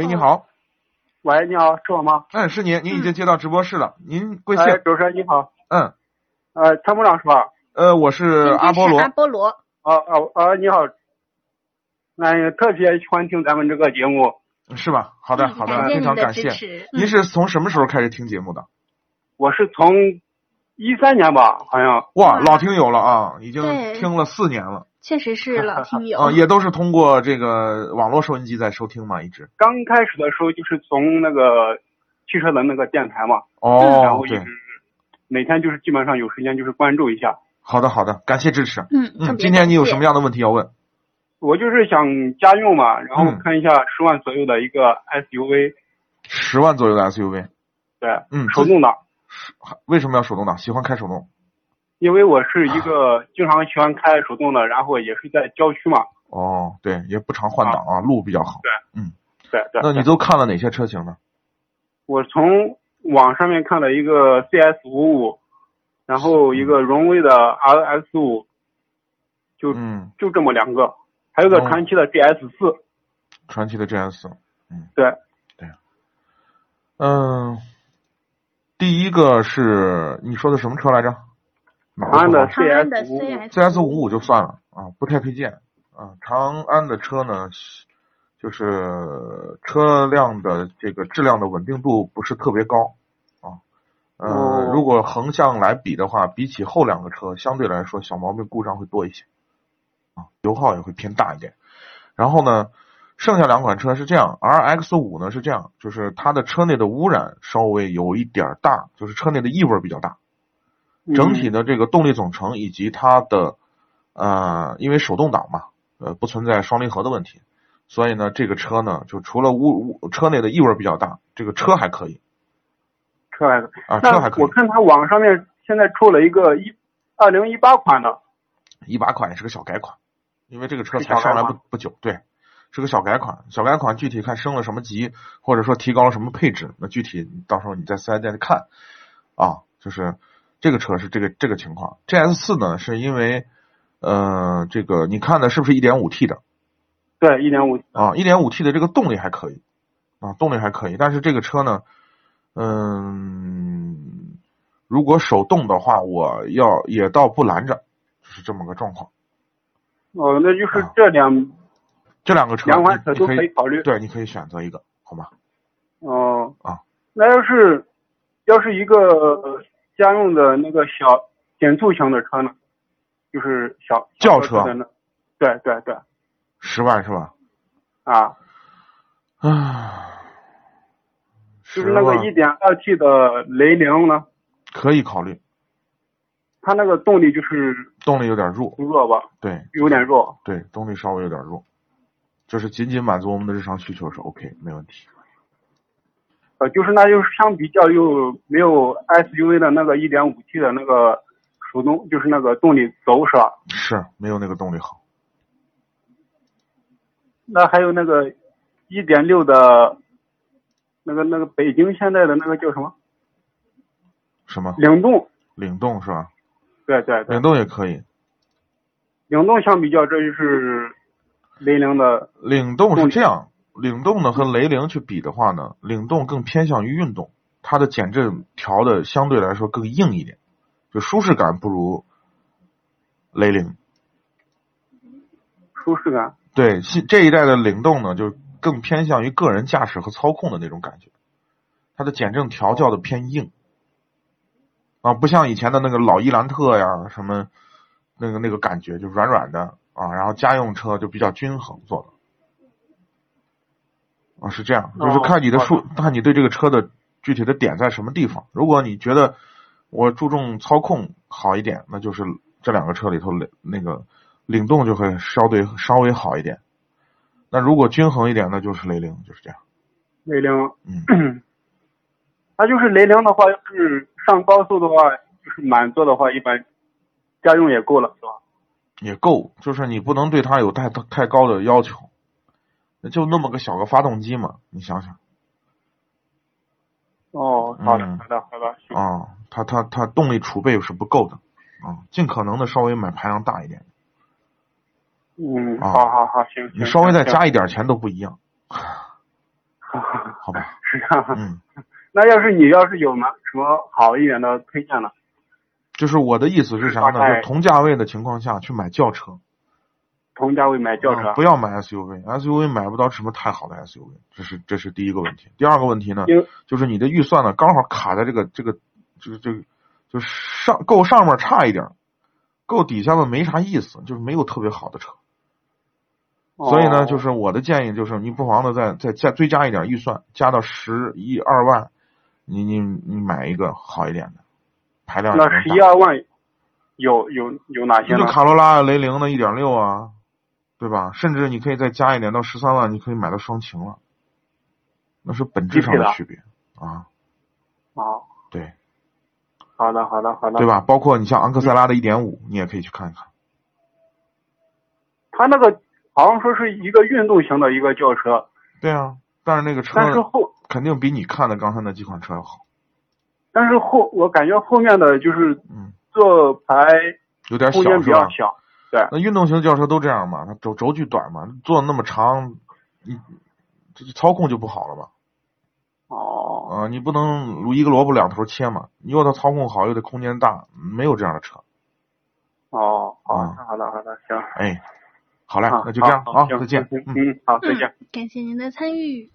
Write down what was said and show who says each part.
Speaker 1: 嗯
Speaker 2: 喂，你好，
Speaker 3: 喂，你好，是我吗？
Speaker 2: 嗯，是您，您已经接到直播室了，您贵姓
Speaker 3: 哎，？主持人你好，
Speaker 2: 嗯，
Speaker 3: 呃，参谋长是吧？
Speaker 2: 呃，我是
Speaker 1: 今
Speaker 2: 阿
Speaker 1: 天
Speaker 2: 波
Speaker 1: 是
Speaker 2: 罗
Speaker 1: 嗯阿，波罗，
Speaker 3: 啊啊啊，你好，那、也特别喜欢听咱们这个节目，
Speaker 2: 是吧？好的，
Speaker 1: 嗯
Speaker 2: 好
Speaker 1: 感
Speaker 2: 的，
Speaker 1: 谢
Speaker 2: 非
Speaker 1: 你
Speaker 2: 常
Speaker 1: 的
Speaker 2: 感
Speaker 1: 支
Speaker 2: 谢。
Speaker 1: 持。
Speaker 2: 您
Speaker 1: 嗯
Speaker 2: 是从什么时候开始听节目的？
Speaker 3: 我是从一三年吧，好像，
Speaker 2: 哇，
Speaker 1: 哇
Speaker 2: 老听友了啊，已经
Speaker 1: 对
Speaker 2: 听了四年了
Speaker 1: 确实是老听友，
Speaker 2: 啊，也都是通过这个网络收音机在收听嘛，一直。
Speaker 3: 刚开始的时候就是从那个汽车的那个电台嘛，
Speaker 1: 嗯
Speaker 3: 然
Speaker 2: 哦
Speaker 3: 后，一
Speaker 2: 对
Speaker 3: 直，每天就是基本上有时间就是关注一下。
Speaker 2: 好的，好的，感谢支持。
Speaker 1: 嗯，特
Speaker 2: 嗯，
Speaker 1: 别
Speaker 2: 今天你有
Speaker 1: 感谢
Speaker 2: 什么样的问题要问？
Speaker 3: 我就是想家用嘛，然后
Speaker 2: 嗯
Speaker 3: 看一下十万左右的一个 SUV，
Speaker 2: 十万左右的 SUV，
Speaker 3: 对，
Speaker 2: 嗯，
Speaker 3: 手动挡，
Speaker 2: 为什么要手动挡？喜欢开手动？
Speaker 3: 因为我是一个经常喜欢开手动的，然后也是在郊区嘛，
Speaker 2: 哦，对，也不常换挡啊，路比较好。
Speaker 3: 对对。
Speaker 2: 那你
Speaker 3: 对
Speaker 2: 都看了哪些车型呢？
Speaker 3: 我从网上面看了一个 CS 五五，然后一个荣威的 RS 五，就
Speaker 2: 嗯，
Speaker 3: 就这么两个，还有个
Speaker 2: 哦
Speaker 3: 传奇的 GS 四。
Speaker 2: 传祺的 GS。
Speaker 3: 对，
Speaker 2: 啊嗯，第一个是你说的什么车来着？哪个
Speaker 3: 长安的
Speaker 2: 不好
Speaker 1: 长安的
Speaker 3: CS55
Speaker 2: CS 五五就算了啊，不太推荐啊。长安的车呢，就是车辆的这个质量的稳定度不是特别高啊。呃，
Speaker 3: 哦
Speaker 2: 如果横向来比的话，比起后两个车，相对来说小毛病故障会多一些啊，油耗也会偏大一点。然后呢，剩下两款车是这样，RX 五呢是这样，就是它的车内的污染稍微有一点儿大，就是车内的异味儿比较大。整体
Speaker 3: 嗯
Speaker 2: 的这个动力总成以及它的呃，因为手动挡嘛，呃，不存在双离合的问题，所以呢，这个车呢，就除了污污车内的异味比较大，这个车还可以
Speaker 3: 车还可以。
Speaker 2: 啊，车还
Speaker 3: 那
Speaker 2: 可
Speaker 3: 我看他网上面现在出了一个一二零一八款的，
Speaker 2: 以，一八款也是个小改款，因为这个车
Speaker 3: 是
Speaker 2: 才
Speaker 3: 小改
Speaker 2: 上来
Speaker 3: 款
Speaker 2: 不不久，对，是个小改款，小改款具体看升了什么级，或者说提高了什么配置，那具体到时候你在四 S 店看啊，就是这个车是这个这个情况，GS 四呢是因为呃，这个你看的是不是一点五 T 的？
Speaker 3: 对，一点五。
Speaker 2: 啊，一点五 T 的这个动力还可以，啊，动力还可以，但是这个车呢，嗯，如果手动的话，我要也倒不拦着，就是这么个状况。
Speaker 3: 哦，那就是这两
Speaker 2: 这两个车
Speaker 3: 两款车
Speaker 2: 啊你
Speaker 3: 都
Speaker 2: 你可
Speaker 3: 可以
Speaker 2: 以
Speaker 3: 考虑。
Speaker 2: 对，你可以选择一个，好吗？
Speaker 3: 哦。
Speaker 2: 啊。
Speaker 3: 那要是要是一个呃家用的那个小减速型的车呢，就是小
Speaker 2: 轿
Speaker 3: 小
Speaker 2: 车
Speaker 3: 的那，对对对，
Speaker 2: 十万是吧？
Speaker 3: 啊，
Speaker 2: 啊，
Speaker 3: 就是
Speaker 2: 10
Speaker 3: 那个
Speaker 2: 万
Speaker 3: 一点二 T 的雷凌呢，
Speaker 2: 可以考虑，
Speaker 3: 它那个动力就是
Speaker 2: 动力有点弱，
Speaker 3: 不弱吧，
Speaker 2: 对
Speaker 3: 有点弱。
Speaker 2: 对，动力稍微有点弱，就是仅仅满足我们的日常需求是 OK，没问题。
Speaker 3: 呃，就是那就是相比较又没有 SUV 的那个一点五 T 的那个手动，就是那个动力轴是吧？
Speaker 2: 是没有那个动力好。
Speaker 3: 那还有那个一点六的，那个那个北京现代的那个叫什么？
Speaker 2: 什么
Speaker 3: 领动，
Speaker 2: 领动是吧？
Speaker 3: 对对对
Speaker 2: 领，动也可以，
Speaker 3: 领动相比较，这就是雷凌的
Speaker 2: 领动是
Speaker 3: 动力
Speaker 2: 这样，领动呢和雷凌去比的话呢，领动更偏向于运动，它的减震调的相对来说更硬一点，就舒适感不如雷凌。
Speaker 3: 舒适感。
Speaker 2: 对，新这一代的领动呢，就更偏向于个人驾驶和操控的那种感觉，它的减震调教的偏硬啊，不像以前的那个老伊兰特呀什么那个那个感觉就软软的啊，然后家用车就比较均衡做的啊，是这样，就是
Speaker 3: 哦
Speaker 2: 看你的
Speaker 3: 好的
Speaker 2: 数，看你对这个车的具体的点在什么地方。如果你觉得我注重操控好一点，那就是这两个车里头领那个领动就会稍对稍微好一点。那如果均衡一点，那就是雷凌，就是这样。
Speaker 3: 雷凌，
Speaker 2: 嗯，
Speaker 3: 那就是雷凌的话，要是上高速的话，就是满座的话，一般家用也够了，是吧？
Speaker 2: 也够，就是你不能对它有太太高的要求，就那么个小个发动机嘛，你想想
Speaker 3: 哦，好的，
Speaker 2: 嗯
Speaker 3: 好的，好的，行。
Speaker 2: 啊，它它它动力储备是不够的啊，尽可能的稍微买排量大一点，
Speaker 3: 嗯，
Speaker 2: 啊
Speaker 3: 好好好，行。
Speaker 2: 哦你稍微再
Speaker 3: 行行
Speaker 2: 加一点钱都不一样。好吧？
Speaker 3: 是这样。
Speaker 2: 嗯，
Speaker 3: 那要是你要是有嘛什么好一点的推荐呢？
Speaker 2: 就是我的意思是啥呢？
Speaker 3: 大概
Speaker 2: 就同价位的情况下去买轿车，
Speaker 3: 同价位买轿车
Speaker 2: 啊，不要买 SUV，SUV 买不到什么太好的 SUV，这是这是第一个问题。第二个问题呢
Speaker 3: 因为，
Speaker 2: 就是你的预算呢刚好卡在这个这个这个这个，就是上够上面差一点儿，够底下吧没啥意思，就是没有特别好的车。所以呢，
Speaker 3: 哦
Speaker 2: 就是我的建议就是，你不妨的再再加追加一点预算，加到十一二万，你你你买一个好一点的，排量也
Speaker 3: 那
Speaker 2: 能
Speaker 3: 十
Speaker 2: 大
Speaker 3: 一二万有有有哪些
Speaker 2: 就
Speaker 3: 呢？
Speaker 2: 卡罗拉、雷凌的一点六啊，对吧？甚至你可以再加一点到十三万，你可以买到双擎了，那是本质上
Speaker 3: 低配
Speaker 2: 的
Speaker 3: 的
Speaker 2: 区别啊，
Speaker 3: 哦，
Speaker 2: 对
Speaker 3: 好的好的好的，
Speaker 2: 对？吧？包括你像昂克赛拉的一点五，你也可以去看一看。
Speaker 3: 他那个好像说是一个运动型的一个轿车，
Speaker 2: 对啊，但是那个车
Speaker 3: 但是后
Speaker 2: 肯定比你看的刚才那几款车要好，
Speaker 3: 但是后我感觉后面的就是
Speaker 2: 嗯，
Speaker 3: 坐排
Speaker 2: 有点小
Speaker 3: 空间比
Speaker 2: 是
Speaker 3: 较
Speaker 2: 吧？
Speaker 3: 小，
Speaker 2: 那运动型轿车都这样嘛，它轴轴距短嘛，坐那么长，你这这操控就不好了吧？
Speaker 3: 哦，
Speaker 2: 啊、你不能如一个萝卜两头切嘛，你又得操控好，又得空间大，没有这样的车。
Speaker 3: 哦，
Speaker 2: 嗯
Speaker 3: 哦，好的，好的，行，
Speaker 2: 哎，好嘞，
Speaker 3: 啊
Speaker 2: 那就这样
Speaker 3: 好好
Speaker 2: 啊，
Speaker 3: 行
Speaker 2: 再见，
Speaker 3: 行
Speaker 2: 嗯。
Speaker 3: 嗯，好，再见。
Speaker 1: 嗯，感谢您的参与。